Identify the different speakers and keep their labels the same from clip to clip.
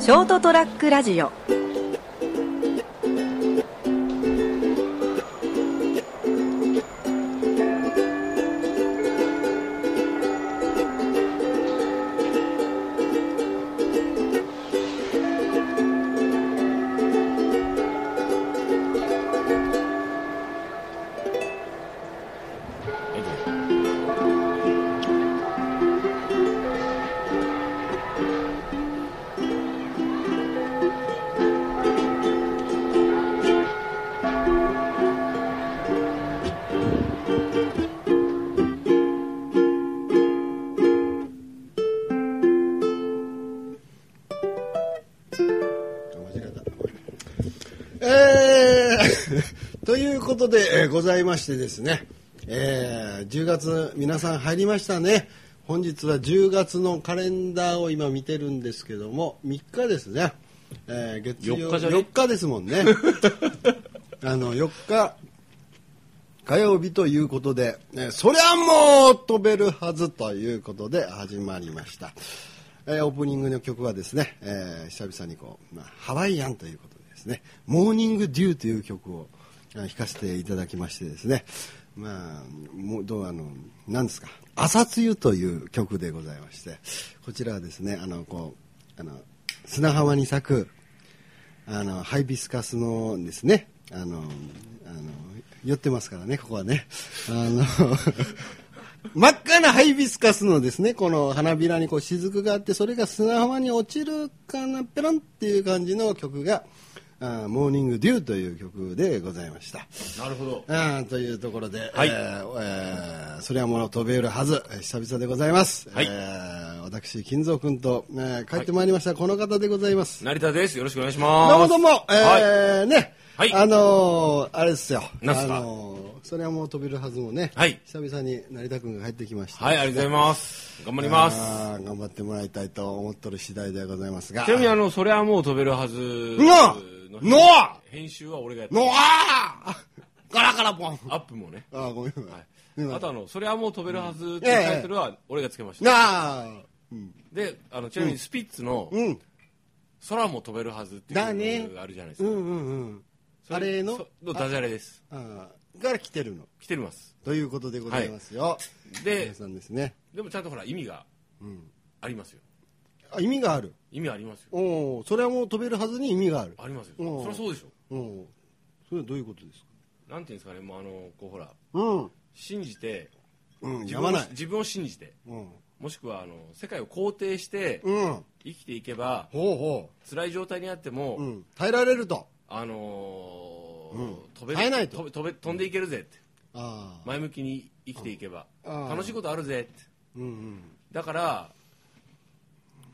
Speaker 1: ショートトラックラジオ
Speaker 2: えー ということで、えーございましてですね、えー10月皆さん入りましたね本日は10月のカレンダーを今見てるんですけども3日ですね、えー月曜
Speaker 3: 4日じゃね
Speaker 2: 4日ですもん ねあの4日火曜日ということで、ねそりゃもう飛べるはずということで始まりました、えーオープニングの曲はですね、えー久々にこう、まあ、ハワイアンということでですね「モーニング・デュー」という曲をあ弾かせていただきましてですねまあもうどうあの何ですか「朝露」という曲でございましてこちらはですねあのこうあの砂浜に咲くあのハイビスカスのですねあのあの酔ってますからねここはねあの 真っ赤なハイビスカスのですねこの花びらにこう雫があってそれが砂浜に落ちるかなペロンっていう感じの曲が「あーモーニング・デュー」という曲でございました。
Speaker 3: なるほど。
Speaker 2: あーというところで、
Speaker 3: はい
Speaker 2: えーえーそれはもの飛べうるはず、えー久々でございます。
Speaker 3: はい
Speaker 2: えー私、金蔵君と、えー帰ってまいりました、この方でございます。
Speaker 3: 成田です。よろしくお願いし
Speaker 2: どうも
Speaker 3: ます。
Speaker 2: どうも、え
Speaker 3: はい。
Speaker 2: ーね、
Speaker 3: はい
Speaker 2: あのーあれですよ、
Speaker 3: なんすか
Speaker 2: あのーそれはもう飛べるはずもね、
Speaker 3: はい
Speaker 2: 久々に成田君が帰ってきました。
Speaker 3: はい、ありがとうございます。頑張ります。
Speaker 2: あー頑張ってもらいたいと思っとる次第でございますが。
Speaker 3: ちなみに、あの、それはもう飛べるはず
Speaker 2: う
Speaker 3: の
Speaker 2: わ
Speaker 3: 編
Speaker 2: のわ
Speaker 3: 編集は俺がやって
Speaker 2: の
Speaker 3: る
Speaker 2: わーガラガラポン
Speaker 3: アップもね。
Speaker 2: あーごめんごめん。うん
Speaker 3: あとあの、それはもう飛べるはずっていうタイトルは俺がつけました。
Speaker 2: なあうん
Speaker 3: で、あの、ちなみにスピッツの
Speaker 2: うん。
Speaker 3: 空も飛べるはずって
Speaker 2: だね
Speaker 3: いうのがあるじゃないです
Speaker 2: う
Speaker 3: か。
Speaker 2: んうんうん。
Speaker 3: そ
Speaker 2: あれの
Speaker 3: そ、のダジャレです。
Speaker 2: あーから来てるの。
Speaker 3: 来てます。
Speaker 2: ということでございますよ。
Speaker 3: で
Speaker 2: 皆さんですね。
Speaker 3: でもちゃんとほら、意味が
Speaker 2: うん。
Speaker 3: ありますよ。
Speaker 2: あ、意味がある。
Speaker 3: 意味ありますよ。
Speaker 2: おお、それはもう飛べるはずに意味がある。
Speaker 3: ありますよ。
Speaker 2: うん
Speaker 3: そりゃそうでしょ。
Speaker 2: うん。それはどういうことですか
Speaker 3: なんていうんですかね、もうあの、こうほら、
Speaker 2: うん。
Speaker 3: 信じて、
Speaker 2: うん、
Speaker 3: 自
Speaker 2: や
Speaker 3: 分を
Speaker 2: まない。
Speaker 3: 自分を信じて
Speaker 2: うん。
Speaker 3: もしくはあの世界を肯定して
Speaker 2: うん。ほ
Speaker 3: 生きていけば
Speaker 2: うほ
Speaker 3: 辛い状態にあっても、
Speaker 2: う。うん。耐えられると。
Speaker 3: あのー
Speaker 2: うん
Speaker 3: 飛べ
Speaker 2: 耐えないと
Speaker 3: 飛べ飛べ飛んでいけるぜって
Speaker 2: ああ。
Speaker 3: 前向きに生きていけば
Speaker 2: ああ
Speaker 3: 楽しいことあるぜって
Speaker 2: うんうん。
Speaker 3: だから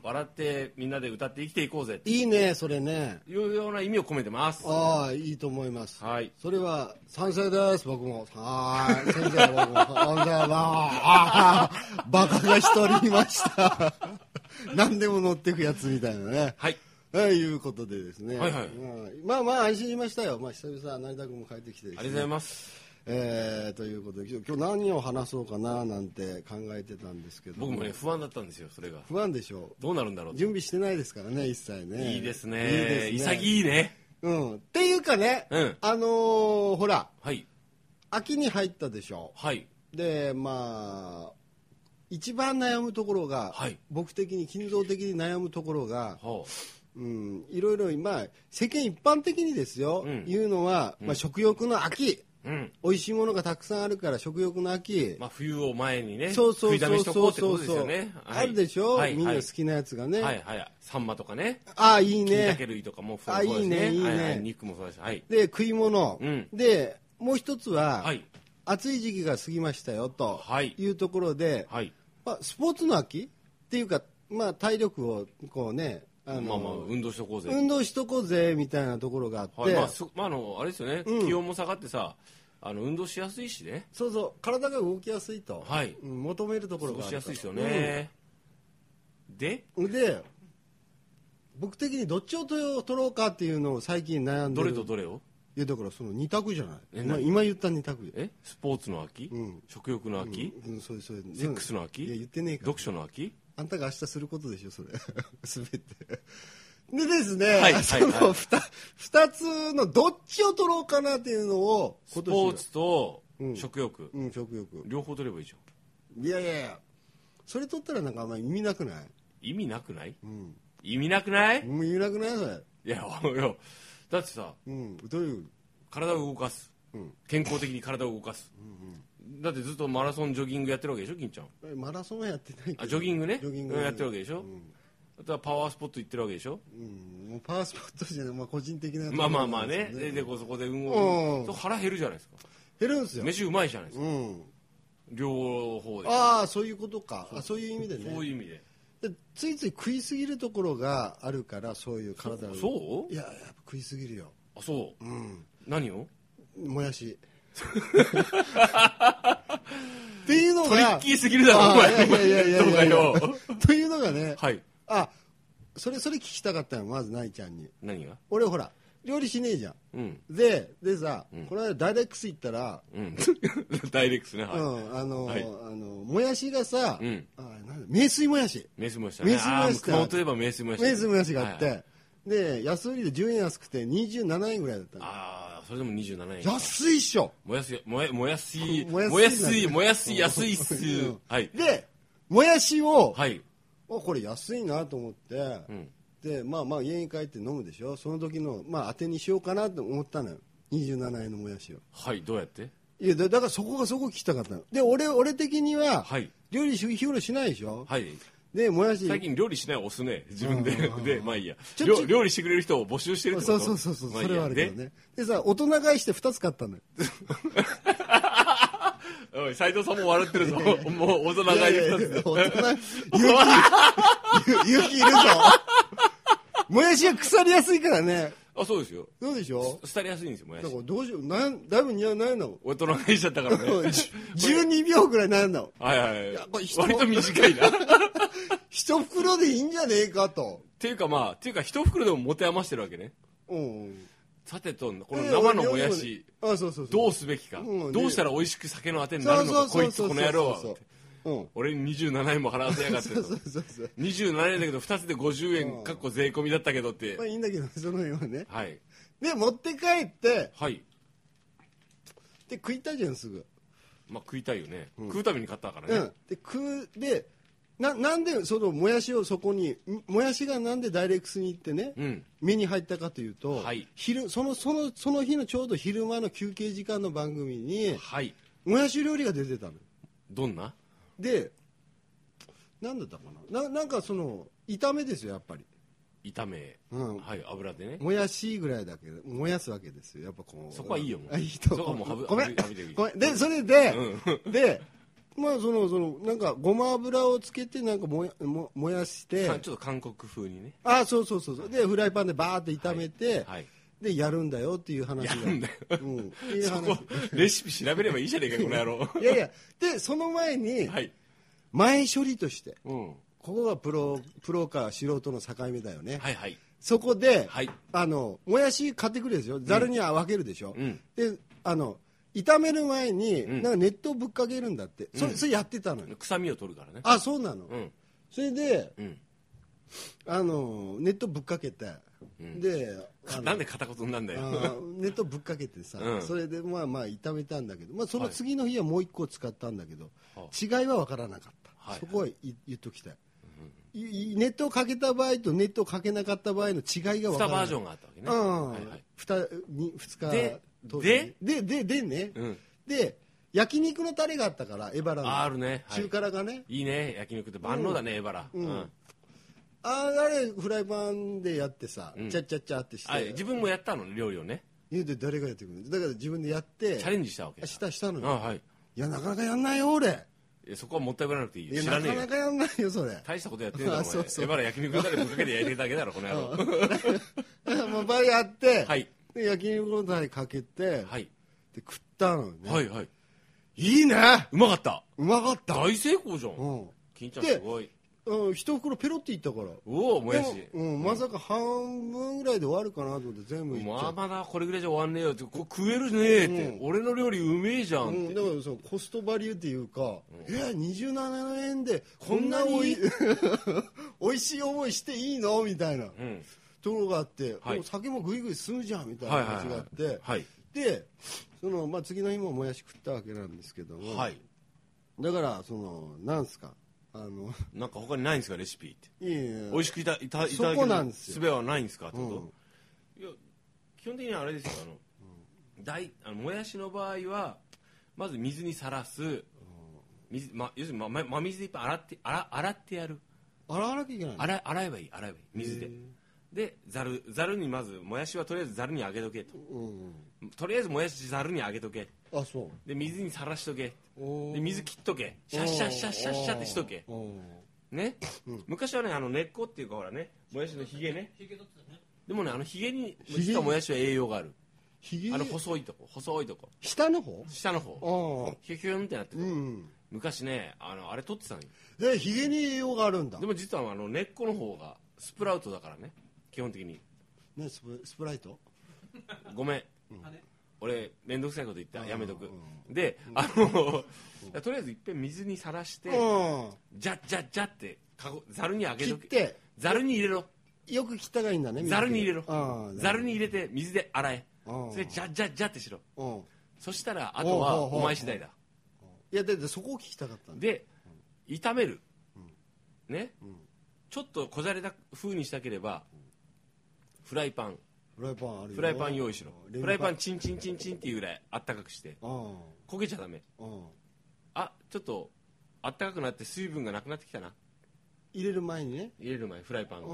Speaker 3: 笑ってみんなで歌って生きていこうぜって
Speaker 2: いいね、それね。
Speaker 3: いうような意味を込めてますは
Speaker 2: ああ、いいと思います。
Speaker 3: い
Speaker 2: それは賛成です、僕も。はーい、先生、僕も。賛成だ。あーバカが一人いました。 何でも乗ってくやつみたいなね。
Speaker 3: はい
Speaker 2: はい、いうことでですね。
Speaker 3: はいはい
Speaker 2: うんまあまあ安心しましたよ。まあ久々成田君も帰ってきてですね、
Speaker 3: ありがとうございます
Speaker 2: えーということで今日今日何を話そうかななんて考えてたんですけども
Speaker 3: 僕もね不安だったんですよそれが
Speaker 2: 不安でしょ
Speaker 3: どうなるんだろう
Speaker 2: う
Speaker 3: って
Speaker 2: 準備してないですからね一切ね
Speaker 3: いいですね
Speaker 2: いいですね
Speaker 3: 潔いね
Speaker 2: うんっていうかね、
Speaker 3: うん
Speaker 2: あのーほら
Speaker 3: はい
Speaker 2: 秋に入ったでしょ
Speaker 3: はい
Speaker 2: でまあ一番悩むところが、
Speaker 3: はい
Speaker 2: 僕的に金蔵的に悩むところが、
Speaker 3: は
Speaker 2: うん、いろいろ今世間一般的にですよ、
Speaker 3: うん
Speaker 2: 言うのは、まあ、食欲の秋、
Speaker 3: あうん
Speaker 2: 美味しいものがたくさんあるから食欲の秋、
Speaker 3: まあ、冬を前にね、
Speaker 2: そうそう
Speaker 3: 食いだ
Speaker 2: そ
Speaker 3: め
Speaker 2: う
Speaker 3: しと
Speaker 2: そ
Speaker 3: こ
Speaker 2: う
Speaker 3: うって
Speaker 2: そ
Speaker 3: こ
Speaker 2: う
Speaker 3: とですよね。は
Speaker 2: あ
Speaker 3: い
Speaker 2: るでしょ、
Speaker 3: はい
Speaker 2: みんな
Speaker 3: は
Speaker 2: 好
Speaker 3: い
Speaker 2: きなやつがね、
Speaker 3: はいはい。サンマとかね、
Speaker 2: ああいい
Speaker 3: 金
Speaker 2: ね
Speaker 3: 鮭類とかも
Speaker 2: あ
Speaker 3: そうです
Speaker 2: いいねいいね
Speaker 3: はいはい肉もそうです。はい。
Speaker 2: で食い物、
Speaker 3: うん
Speaker 2: でもう一つは、
Speaker 3: はい。
Speaker 2: 暑い時期が過ぎましたよと
Speaker 3: はい
Speaker 2: いうところで、
Speaker 3: はい。
Speaker 2: まあ、スポーツの秋っていうか、まあ、体力をこうねあの、
Speaker 3: まあまあ、運動しとこうぜ。
Speaker 2: 運動しとこうぜみたいなところがあって、
Speaker 3: はい。まあ、そまあ、あの、あれですよね、
Speaker 2: うん
Speaker 3: 気温も下がってさ、あの、運動しやすいしね、
Speaker 2: そうそう体が動きやすいと、
Speaker 3: はい
Speaker 2: うん求めるとこ
Speaker 3: 過
Speaker 2: ろが
Speaker 3: ご
Speaker 2: ある
Speaker 3: し
Speaker 2: と
Speaker 3: やすいですよね。で、
Speaker 2: うんで僕的にどっちを取ろうかっていうのを最近悩んで
Speaker 3: ど
Speaker 2: る
Speaker 3: れとどれを
Speaker 2: いやだからその2択じゃない
Speaker 3: え
Speaker 2: 今
Speaker 3: 何
Speaker 2: 今言った2択
Speaker 3: えスポーツの秋、
Speaker 2: うん
Speaker 3: 食欲の秋、
Speaker 2: うん、そうそううん
Speaker 3: セックスの秋
Speaker 2: いや言ってねえから
Speaker 3: 読書の秋
Speaker 2: あんたが明日することでしょそれ全てでですね、
Speaker 3: はい
Speaker 2: そ
Speaker 3: はいは
Speaker 2: の
Speaker 3: い
Speaker 2: 二二つのどっちを取ろうかなっていうのを
Speaker 3: ス
Speaker 2: 今年
Speaker 3: ポーツと
Speaker 2: うん
Speaker 3: 食欲、
Speaker 2: うん食欲
Speaker 3: 両方取ればいいじゃん
Speaker 2: いやいやいやそれ取ったらなんかあんまり意味なくない
Speaker 3: 意味なくない
Speaker 2: うん
Speaker 3: 意味なくない、い
Speaker 2: もう意味なくないそれ
Speaker 3: やおいよだってさ
Speaker 2: うんどういう
Speaker 3: 体を動かす、
Speaker 2: うん
Speaker 3: 健康的に体を動かす、だってずっとマラソンジョギングやってるわけでしょ金ちゃん
Speaker 2: マラソンはやってないけど
Speaker 3: あジョギングね
Speaker 2: ジョギング
Speaker 3: うんやってるわけでしょ、
Speaker 2: ん
Speaker 3: あとはパワースポット行ってるわけでしょ、
Speaker 2: うんもうパワースポットじゃない、まあ、個人的な
Speaker 3: まあまあまあね
Speaker 2: ところなんで
Speaker 3: で
Speaker 2: すよ
Speaker 3: でこうそこで運
Speaker 2: うん
Speaker 3: 動そう腹減るじゃないですか
Speaker 2: 減るんですよ
Speaker 3: 飯うまいじゃないですか
Speaker 2: うん
Speaker 3: 両方で
Speaker 2: ああそういうことかあそういう意味で
Speaker 3: そう
Speaker 2: ね
Speaker 3: いう意味で
Speaker 2: でついつい食いすぎるところがあるからそういう体の
Speaker 3: そう
Speaker 2: いややっぱ食いすぎるよ
Speaker 3: あそう
Speaker 2: うん
Speaker 3: 何を
Speaker 2: もや しっていうのが
Speaker 3: トリッキーすぎるだろお
Speaker 2: あ
Speaker 3: 前
Speaker 2: ーいやいやいやいやいや
Speaker 3: どうかよ
Speaker 2: というのがね、
Speaker 3: はい
Speaker 2: あそれそれ聞きたかったよまずないちゃんに
Speaker 3: 何が
Speaker 2: 俺ほら料理しねえじゃん
Speaker 3: うん
Speaker 2: ででさ、
Speaker 3: うん
Speaker 2: この間ダイレックス行ったら、
Speaker 3: うんダイレクスねは
Speaker 2: うんあの
Speaker 3: はい
Speaker 2: あのもやしがさ、
Speaker 3: いうん
Speaker 2: あなんだ名水もやし
Speaker 3: 名水もやしだね
Speaker 2: 名水もやしだ
Speaker 3: あーもう熊本といえば名水もやし
Speaker 2: 名水もやしがあって、
Speaker 3: はいはい
Speaker 2: で安売りで10円安くて27円ぐらいだったの
Speaker 3: ああそれでも27円
Speaker 2: 安いっしょ
Speaker 3: もやすいもやもやすい
Speaker 2: もやすい
Speaker 3: もやすいもやすい安いっす
Speaker 2: うん
Speaker 3: はい
Speaker 2: でもやしを、
Speaker 3: はい
Speaker 2: おこれ安いなと思って、
Speaker 3: うん
Speaker 2: でまあまあ家に帰って飲むでしょその時のまあ当てにしようかなと思ったのよ27円のもやしを
Speaker 3: はいどうやって
Speaker 2: いやだだからそこがそこ聞きたかったので俺俺的には、
Speaker 3: はい
Speaker 2: 料理し日頃しないでしょ、
Speaker 3: はい
Speaker 2: でもやし
Speaker 3: 最近料理しない押すね自分ででまあいいや
Speaker 2: ちょ
Speaker 3: 料
Speaker 2: ちょ
Speaker 3: 料理してくれる人を募集してるって
Speaker 2: そ
Speaker 3: こ
Speaker 2: う
Speaker 3: と
Speaker 2: そうそうそう
Speaker 3: まい
Speaker 2: それ
Speaker 3: いや
Speaker 2: はあるけどねでさ大人買いして2つ買ったのよ
Speaker 3: でおい斎藤さんも笑ってるぞもう大人
Speaker 2: いや
Speaker 3: 買い
Speaker 2: いや
Speaker 3: で
Speaker 2: いや
Speaker 3: 2つ
Speaker 2: 大人勇気勇気いるぞもやしが腐りやすいからね
Speaker 3: あそうですよ
Speaker 2: そうでしょ
Speaker 3: 廃りやすいんですよもや
Speaker 2: だ
Speaker 3: し
Speaker 2: からどうしようなんだいぶ似合わないの
Speaker 3: 大人買いしちゃったからね
Speaker 2: 12秒ぐらいなんの
Speaker 3: はいはい
Speaker 2: や
Speaker 3: は
Speaker 2: これ
Speaker 3: い
Speaker 2: 人
Speaker 3: 割と短いなっ
Speaker 2: 一袋でいいんじゃねえかと
Speaker 3: ていうかまあっていうか一袋でも持て余してるわけね
Speaker 2: うん
Speaker 3: さてとこの生のもやし
Speaker 2: あそうそうそう
Speaker 3: どうすべきか、
Speaker 2: うん
Speaker 3: どうしたら美味しく酒のあてになるのかこいつこの野郎はって
Speaker 2: うん
Speaker 3: 俺に27円も払わせやがって
Speaker 2: そう
Speaker 3: と
Speaker 2: そうそうそう
Speaker 3: 27円だけど2つで50円かっこ税込みだったけどって、
Speaker 2: まあいいんだけどその辺はね
Speaker 3: はい
Speaker 2: で持って帰って
Speaker 3: はい
Speaker 2: で食いたいじゃんすぐ
Speaker 3: まあ食いたいよね、食うために買ったからね、
Speaker 2: うんで食うでななんでそのもやしをそこにんもやしがなんでダイレクスに行ってね、
Speaker 3: うん
Speaker 2: 目に入ったかというと、
Speaker 3: はい
Speaker 2: 昼そのそのその日のちょうど昼間の休憩時間の番組に
Speaker 3: はい
Speaker 2: もやし料理が出てたの
Speaker 3: どんな
Speaker 2: で何だったかなななんかその炒めですよやっぱり、
Speaker 3: 炒め、
Speaker 2: うん、
Speaker 3: はい油でね
Speaker 2: もやしぐらいだけど燃やすわけですよやっぱこう
Speaker 3: そこはいいよもう
Speaker 2: あいいと
Speaker 3: そこはもうはぶ
Speaker 2: ごめん
Speaker 3: はぶはぶでいい
Speaker 2: ごめんでそれで、
Speaker 3: う
Speaker 2: でまあそのそのなんかごま油をつけてなんかもやも燃やして
Speaker 3: かちょっと韓国風にね
Speaker 2: あそうそうそうそうでフライパンでバーって炒めて、
Speaker 3: はい
Speaker 2: でやるんだよっていう話が
Speaker 3: やるんだよ
Speaker 2: うん、っていう
Speaker 3: そ
Speaker 2: 話
Speaker 3: こレシピ調べればいいじゃねえかこの 野郎
Speaker 2: いやいやでその前に
Speaker 3: はい
Speaker 2: 前処理として
Speaker 3: うん
Speaker 2: ここがプロプロか素人の境目だよね、
Speaker 3: はいはい
Speaker 2: そこで、
Speaker 3: はい
Speaker 2: あのもやし買ってくるでしょざるには分けるでしょ、
Speaker 3: うん
Speaker 2: であの炒める前に、
Speaker 3: ん
Speaker 2: なんか熱湯ぶっかけるんだってそれそれやってたのよ、
Speaker 3: 臭みを取るからね
Speaker 2: あそうなの、
Speaker 3: うん
Speaker 2: それで
Speaker 3: うん
Speaker 2: あの熱湯ぶっかけて、であの
Speaker 3: なんで片言なんだ
Speaker 2: あ
Speaker 3: よ
Speaker 2: ー熱湯ぶっかけてさ、
Speaker 3: うん
Speaker 2: それでまあまあ炒めたんだけど、まあ、その
Speaker 3: はい
Speaker 2: 次の日はもう一個使ったんだけど、
Speaker 3: は
Speaker 2: 違いは分からなかった、
Speaker 3: はい
Speaker 2: そこはい言っときたい、いい熱湯かけた場合と熱湯かけなかった場合の違いが分から
Speaker 3: 2
Speaker 2: な
Speaker 3: バ
Speaker 2: い
Speaker 3: ージョンがあったわけね、
Speaker 2: うん
Speaker 3: はいはい、
Speaker 2: 2, 日
Speaker 3: で
Speaker 2: 当時
Speaker 3: で
Speaker 2: でででね、
Speaker 3: うん
Speaker 2: で焼肉のタレがあったからエバラの
Speaker 3: ああるね、はい
Speaker 2: 中辛がね
Speaker 3: いいね焼肉って万能だねエバラ、うん
Speaker 2: あーあれフライパンでやってさ、
Speaker 3: ん
Speaker 2: チャッチャッチャってして、
Speaker 3: あ自分もやったのね料理をね
Speaker 2: 家で誰がやってくるのだから自分でやって
Speaker 3: チャレンジしたわけ
Speaker 2: あしたしたの
Speaker 3: あ
Speaker 2: よ、
Speaker 3: はい
Speaker 2: いやなかなかやんないよ俺
Speaker 3: いやそこはもったいぶらなくていい
Speaker 2: い
Speaker 3: よ
Speaker 2: や
Speaker 3: 知
Speaker 2: な
Speaker 3: らね
Speaker 2: か
Speaker 3: えよ
Speaker 2: なかやんないよそれ
Speaker 3: 大したことやってんだろお
Speaker 2: あ
Speaker 3: 前
Speaker 2: そうそう
Speaker 3: エバラ焼肉だれぶっかけて焼いてるだけだろこの野郎
Speaker 2: まあ、場合やって、
Speaker 3: はい
Speaker 2: で焼肉のタレかけて、
Speaker 3: はい
Speaker 2: で食ったのよね、
Speaker 3: はいはい
Speaker 2: いいね
Speaker 3: うまかった
Speaker 2: うまかった、
Speaker 3: 大成功じゃん、
Speaker 2: うん
Speaker 3: 金ちゃんすごい
Speaker 2: うん、一袋ペロっていったから
Speaker 3: おおもやし
Speaker 2: でもうん、まさか半分ぐらいで終わるかなと思って全部いっち
Speaker 3: ま
Speaker 2: ゃ
Speaker 3: あ
Speaker 2: う、
Speaker 3: まだこれぐらいじゃ終わんねえよってこ食えるねえって、
Speaker 2: うん
Speaker 3: 俺の料理うめえじゃん
Speaker 2: う
Speaker 3: って、
Speaker 2: ん、だからそのコストバリューっていうか、ええ27円でこんな
Speaker 3: こんな
Speaker 2: おい
Speaker 3: に
Speaker 2: 美味しい思いしていいのみたいな、
Speaker 3: うん
Speaker 2: ところがあって、
Speaker 3: はい
Speaker 2: もう酒もぐいぐい進むじゃんみたいな話があって、
Speaker 3: はいはいはいはい
Speaker 2: でその、まあ、次の日ももやし食ったわけなんですけども、
Speaker 3: はい。
Speaker 2: だからそのなんすかあの
Speaker 3: なんか他にないんですか、レシピって。
Speaker 2: いいね
Speaker 3: 美味しくいたいたいただけ
Speaker 2: そこなんですよ
Speaker 3: 術はないんですかって
Speaker 2: う
Speaker 3: こ
Speaker 2: ん
Speaker 3: と、いや基本的にはあれですよあの、大あのもやしの場合はまず水にさらす水、ま、要するに、ま、ま真水でいっぱい洗って洗洗ってやる
Speaker 2: 洗わなきゃいけないの
Speaker 3: 洗い洗えばいい洗えばいい水ででざるざるにまずもやしはとりあえずざるにあげとけと
Speaker 2: うんうん
Speaker 3: とりあえずもやしざるにあげとけ
Speaker 2: あそう
Speaker 3: で水にさらしとけ
Speaker 2: おー
Speaker 3: で水切っとけシャッシャッシャッシャッシャッってしとけ
Speaker 2: おー
Speaker 3: ね、昔はねあの根っこっていうかほらねもやしのひげねでもねあのひげに
Speaker 2: げ
Speaker 3: 実はもやしは栄養がある
Speaker 2: ひげ
Speaker 3: あの細いとこ細いとこ
Speaker 2: 下の方
Speaker 3: 下の方
Speaker 2: ああ
Speaker 3: ヒュヒュンってなってる、
Speaker 2: うん
Speaker 3: 昔ねあのあれ取ってたのよ
Speaker 2: えひげに栄養があるんだ
Speaker 3: でも実はあの根っこの方がスプラウトだからね基本的に
Speaker 2: ねスプスプライト
Speaker 3: ごめん、俺面倒くさいこと言ったやめとく、であの、 とりあえずいっぺん水にさらして、
Speaker 2: う
Speaker 3: ジャッジャッジャッってかござるにあげとけ
Speaker 2: 切って
Speaker 3: ざるに入れろ
Speaker 2: んよく切ったがいいんだね水
Speaker 3: ざるに入れ
Speaker 2: あ
Speaker 3: ろ
Speaker 2: あ
Speaker 3: ざるに入れて水で洗え
Speaker 2: うん
Speaker 3: それジャッジャッジャッってしろ
Speaker 2: うん
Speaker 3: そしたらあとは
Speaker 2: おうおうおう
Speaker 3: お前次第だ
Speaker 2: いやだってそこを聞きたかったんだ
Speaker 3: で炒めるねちょっとこじゃれた風にしたければフライパン
Speaker 2: フライパンあるよ
Speaker 3: フライパン用意しろ
Speaker 2: レ
Speaker 3: フ
Speaker 2: モ
Speaker 3: ライパンチンチンチンチンっていうぐらいあったかくして
Speaker 2: うん
Speaker 3: 焦げちゃダメ
Speaker 2: うん
Speaker 3: あちょっとあったかくなって水分がなくなってきたな
Speaker 2: 入れる前にね
Speaker 3: 入れる前フライパン
Speaker 2: う
Speaker 3: が
Speaker 2: ん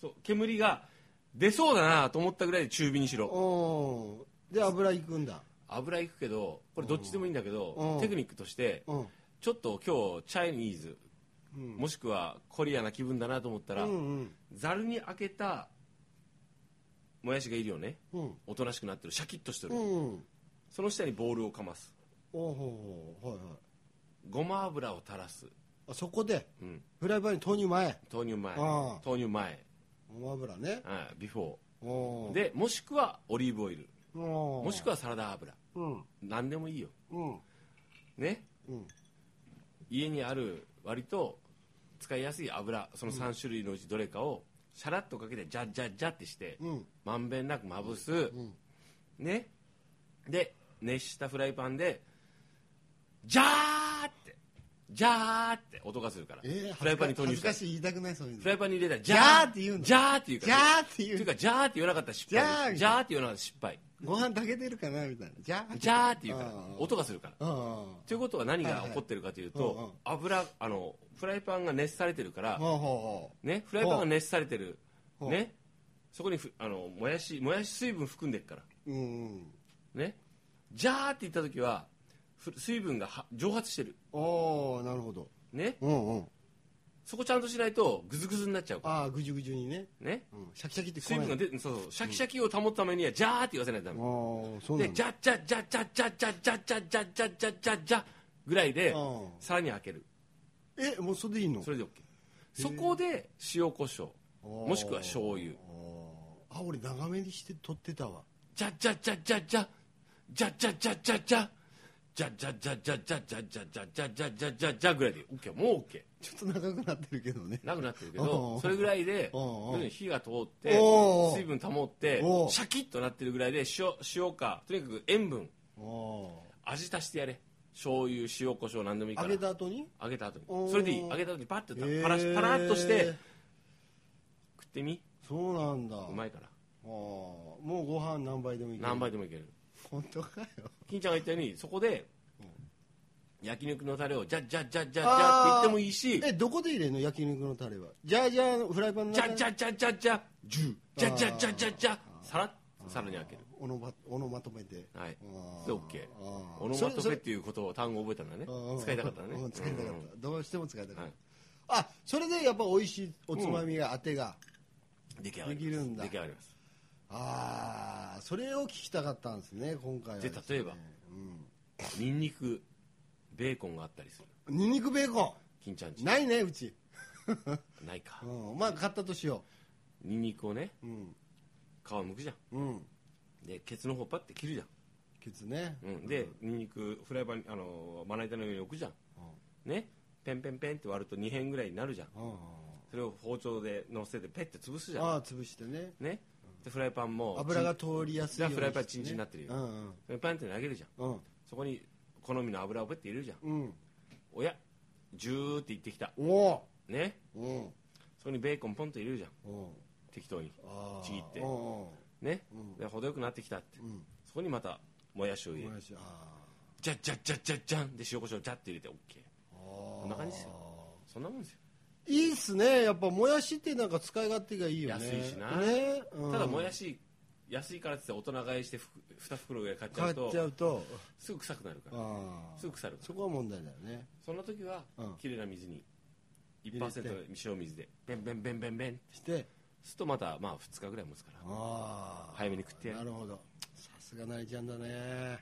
Speaker 3: そう煙が出そうだなと思ったぐらいで中火にしろ
Speaker 2: うんで油いくんだ
Speaker 3: 油いくけどこれどっちでもいいんだけ
Speaker 2: う
Speaker 3: ど
Speaker 2: ん
Speaker 3: テクニックとして
Speaker 2: うん
Speaker 3: ちょっと今日チャイニーズもしくはコリアな気分だなと思った
Speaker 2: う
Speaker 3: ら
Speaker 2: んうん
Speaker 3: ざるに開けたもやしがいるよね
Speaker 2: うん
Speaker 3: おとなしくなってるシャキッとして
Speaker 2: う
Speaker 3: る
Speaker 2: んうん
Speaker 3: その下にボールをかます
Speaker 2: おうほうほうはいはい
Speaker 3: ごま油を垂らす
Speaker 2: あそこで
Speaker 3: うん
Speaker 2: フライパンに投入前
Speaker 3: 豆乳前
Speaker 2: ああ
Speaker 3: 豆乳前
Speaker 2: ごま油ね
Speaker 3: はいビフォ
Speaker 2: お
Speaker 3: ー
Speaker 2: う
Speaker 3: でもしくはオリーブオイルも
Speaker 2: も
Speaker 3: しくはサラダ油
Speaker 2: うん
Speaker 3: 何でもいいよ
Speaker 2: うん
Speaker 3: ね
Speaker 2: うん
Speaker 3: 家にある割と使いやすい油その3種類のうちどれかをシャラッとかけてジャッジャッジャッってして
Speaker 2: うん
Speaker 3: まんべんなくまぶす、ねで熱したフライパンでジャーってジャーって音がするから、
Speaker 2: えー
Speaker 3: フライパンに投入
Speaker 2: 恥
Speaker 3: し
Speaker 2: ず
Speaker 3: た
Speaker 2: からしい言いたくないそういうの
Speaker 3: フライパンに入れたらジ
Speaker 2: ジャーって言うの
Speaker 3: ジャーって言うから
Speaker 2: ジャーって言うの
Speaker 3: というかジャーって言わなかったら失敗
Speaker 2: ジ
Speaker 3: ジ
Speaker 2: ャ
Speaker 3: ャーって言わなかったら失敗
Speaker 2: ご飯炊けてるかなみたいなじゃあ
Speaker 3: ジャーって言うから
Speaker 2: あー
Speaker 3: 音がするから
Speaker 2: うん
Speaker 3: ということは何が起こってるかというと、
Speaker 2: はいはいうんうん
Speaker 3: 油あのフライパンが熱されてるから、
Speaker 2: ほうほうほ
Speaker 3: ね、フライパンが熱されてる、
Speaker 2: ほう
Speaker 3: ね、そこにふあのもやしもやし水分含んでるから、
Speaker 2: ううんうん
Speaker 3: ね、ジャーって言った時はふ水分がは蒸発してる、
Speaker 2: おおなるほど
Speaker 3: ね、
Speaker 2: うんうん
Speaker 3: そこちゃんとしないとグズグズになっちゃうか
Speaker 2: ああぐじゅぐじゅにね
Speaker 3: ら、ね、
Speaker 2: うんシャキシャキって
Speaker 3: 水分が
Speaker 2: 出
Speaker 3: 出そうそうシャキシャキを保つためにはジャーって言わせないとダ
Speaker 2: あ
Speaker 3: メ、
Speaker 2: あそうな
Speaker 3: で
Speaker 2: ん
Speaker 3: ジ
Speaker 2: だ
Speaker 3: ャッジャッジャッジャッジャッジャッジャッジャッジャッジャッジャッジャッジャッぐらいで
Speaker 2: うん
Speaker 3: さらに開ける
Speaker 2: えもうそれでいいの
Speaker 3: それで OK そこで塩コショウ
Speaker 2: ー
Speaker 3: もしくは醤油
Speaker 2: あーあ俺長めにして撮ってたわ
Speaker 3: じゃじゃじゃじゃじゃじゃじゃじゃじゃじゃじゃじゃじゃじゃじゃじゃじゃじゃじゃじゃじゃじゃじゃぐらいでオッケーもうオッケ
Speaker 2: ちょっと長くなってるけどね
Speaker 3: ーなくなってるけ
Speaker 2: おうお
Speaker 3: ど
Speaker 2: う
Speaker 3: それぐらいで
Speaker 2: おうおう
Speaker 3: 要するに火が通って
Speaker 2: おうおう
Speaker 3: 水分保って
Speaker 2: おう
Speaker 3: シャキッとなってるぐらいで塩塩かとにかく塩分
Speaker 2: あー
Speaker 3: 味足してやれ醤油塩コショウ何でもいいか
Speaker 2: 揚
Speaker 3: ら
Speaker 2: げた後に
Speaker 3: 揚げた後に
Speaker 2: おう
Speaker 3: それでいい揚げた後にパッと
Speaker 2: へー
Speaker 3: パラしパラッとして食ってみ
Speaker 2: そうなんだ
Speaker 3: うまいから
Speaker 2: あーもうご飯何杯でもいい
Speaker 3: 何杯
Speaker 2: で
Speaker 3: でもいける
Speaker 2: 本当かよ
Speaker 3: 金ちゃんが言ったようにそこで焼肉のタレをジャッジャッジャッジャッジャッって言ってもいいし
Speaker 2: えどこで入れんの焼肉のタレはじゃあじゃあフライパンの
Speaker 3: じ
Speaker 2: 中
Speaker 3: ゃ
Speaker 2: に
Speaker 3: じゃじゃじゃじゃじゅじゃじゃじゃじゃじゃさらさらに開ける
Speaker 2: オノマオノマトペで
Speaker 3: はい
Speaker 2: あー
Speaker 3: で OK
Speaker 2: あー
Speaker 3: オノマト
Speaker 2: そ
Speaker 3: ペ
Speaker 2: れ
Speaker 3: っていうことを単語を覚えたんだね使いたかったの
Speaker 2: う
Speaker 3: ね
Speaker 2: ん使いたか
Speaker 3: う
Speaker 2: っ
Speaker 3: ん
Speaker 2: たどうしても使いたかっ
Speaker 3: はい
Speaker 2: たあそれでやっぱ美味しいおつまみが当てが
Speaker 3: 出来上がり
Speaker 2: できるんだ
Speaker 3: 出来上がります
Speaker 2: ああそれを聞きたかったんですね今回は
Speaker 3: で例えばニンニクベーコンがあったりする
Speaker 2: ニンニクベーコ
Speaker 3: 金ちゃん
Speaker 2: ン
Speaker 3: ち
Speaker 2: ないねうち
Speaker 3: ないか
Speaker 2: うんまあ買ったとしよ
Speaker 3: ニンニクをね
Speaker 2: ううん
Speaker 3: 皮むくじゃ
Speaker 2: うん
Speaker 3: んでケツの方パッて切るじゃん
Speaker 2: ケツね
Speaker 3: うん、でにんにくフライパンにあのまな板の上に置くじゃん、ねペンペンペンって割ると2辺ぐらいになるじゃん
Speaker 2: うん
Speaker 3: それを包丁で乗せてペッて潰すじ
Speaker 2: あ
Speaker 3: ゃ
Speaker 2: あ潰してね
Speaker 3: んねでフライパンも
Speaker 2: 油が通りやすいようにして、ね、
Speaker 3: フライパンチンチンになってるよ
Speaker 2: うんうん
Speaker 3: でパンって投げるじゃん
Speaker 2: うん
Speaker 3: そこに好みの油をペッて入れるじゃん
Speaker 2: うん
Speaker 3: おやジューって言ってきた
Speaker 2: おお
Speaker 3: ね
Speaker 2: うん
Speaker 3: そこにベーコンポンと入れるじゃん
Speaker 2: うん
Speaker 3: 適当に
Speaker 2: ああ
Speaker 3: ちぎって
Speaker 2: うんうん
Speaker 3: ねで程よくなってきたって
Speaker 2: ん
Speaker 3: そこにまたもやしを入れ
Speaker 2: も
Speaker 3: る
Speaker 2: やしあ
Speaker 3: じゃじゃじゃじゃじゃんで塩コショウジャッて入れて OK
Speaker 2: あこ
Speaker 3: こんな感じですよそんなもんですよ
Speaker 2: いいっすねやっぱもやしってなんか使い勝手がいいよね
Speaker 3: 安いしな
Speaker 2: ね、うん
Speaker 3: ただもやし安いからって言って大人買いしてふく2袋ぐらい買っち
Speaker 2: 買
Speaker 3: ゃう
Speaker 2: っちゃ
Speaker 3: と
Speaker 2: うと
Speaker 3: すぐ臭くなるから
Speaker 2: ああ
Speaker 3: すぐ腐るから
Speaker 2: そこは問題だよね
Speaker 3: そんな時は
Speaker 2: うん
Speaker 3: きれいな水に
Speaker 2: 入
Speaker 3: 1%
Speaker 2: れて
Speaker 3: の塩水でベンベンベンベンベンって
Speaker 2: して
Speaker 3: するとまたまあ2日ぐらい持つから
Speaker 2: ああ
Speaker 3: 早めに食ってやる
Speaker 2: なるほどさすがナイちゃんだね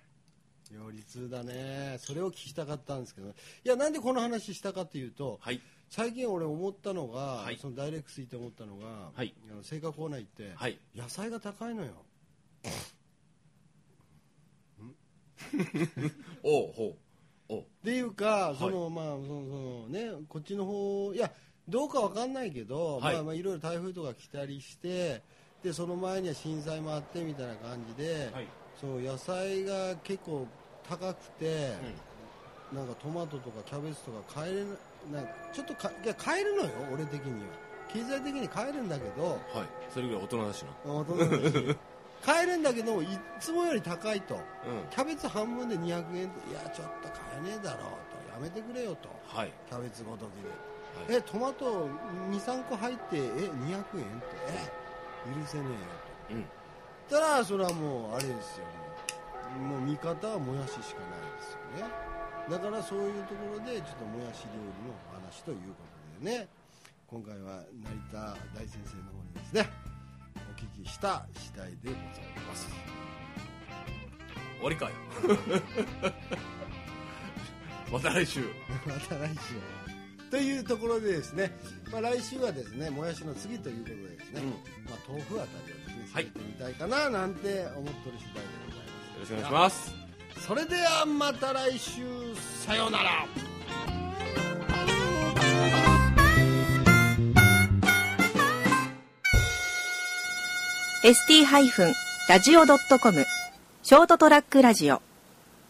Speaker 2: 両立だねそれを聞きたかったんですけどいやなんでこの話したかというと、
Speaker 3: はい
Speaker 2: 最近俺思ったのが、
Speaker 3: はい
Speaker 2: そのダイレクスイーて思ったのが、
Speaker 3: はい
Speaker 2: あの青果コーナー行って、
Speaker 3: はい
Speaker 2: 野菜が高いのよ
Speaker 3: おうほうおう
Speaker 2: っていうか、
Speaker 3: い
Speaker 2: そのまあそのそのねこっちの方いやどうかわかんないけど、
Speaker 3: はい
Speaker 2: まあまあいろいろ台風とか来たりしてでその前には震災もあってみたいな感じで、
Speaker 3: はい
Speaker 2: そう野菜が結構高くて、なんかトマトとかキャベツとか買えるなんかちょっとかいや買えるのよ俺的には経済的に買えるんだけど
Speaker 3: はいそれぐらい大人だし
Speaker 2: あ
Speaker 3: な
Speaker 2: 大人だし買えるんだけどいつもより高いと。
Speaker 3: うん
Speaker 2: キャベツ半分で200円いやちょっと買えねえだろうとやめてくれよと
Speaker 3: はい
Speaker 2: キャベツごときに、えトマト23個入ってえ200円ってえ許せねえよ
Speaker 3: うん
Speaker 2: とたらそれはもうあれですよもうもう見方はもやししかないですよねだからそういうところでちょっともやし料理のお話ということでね今回は成田大先生の方にですねお聞きした次第でございます
Speaker 3: 終わり かいまた来週
Speaker 2: また来週というところでですね、まあ、来週はですねもやしの次ということでですね、まあ、豆腐あたりをです
Speaker 3: は
Speaker 2: ね攻め
Speaker 3: い
Speaker 2: てみたいかななんて思ってる次第でございます
Speaker 3: よろしくお願いします
Speaker 2: それではまた来週さようなら
Speaker 1: ー ST-radio.com ショートトラックラジオ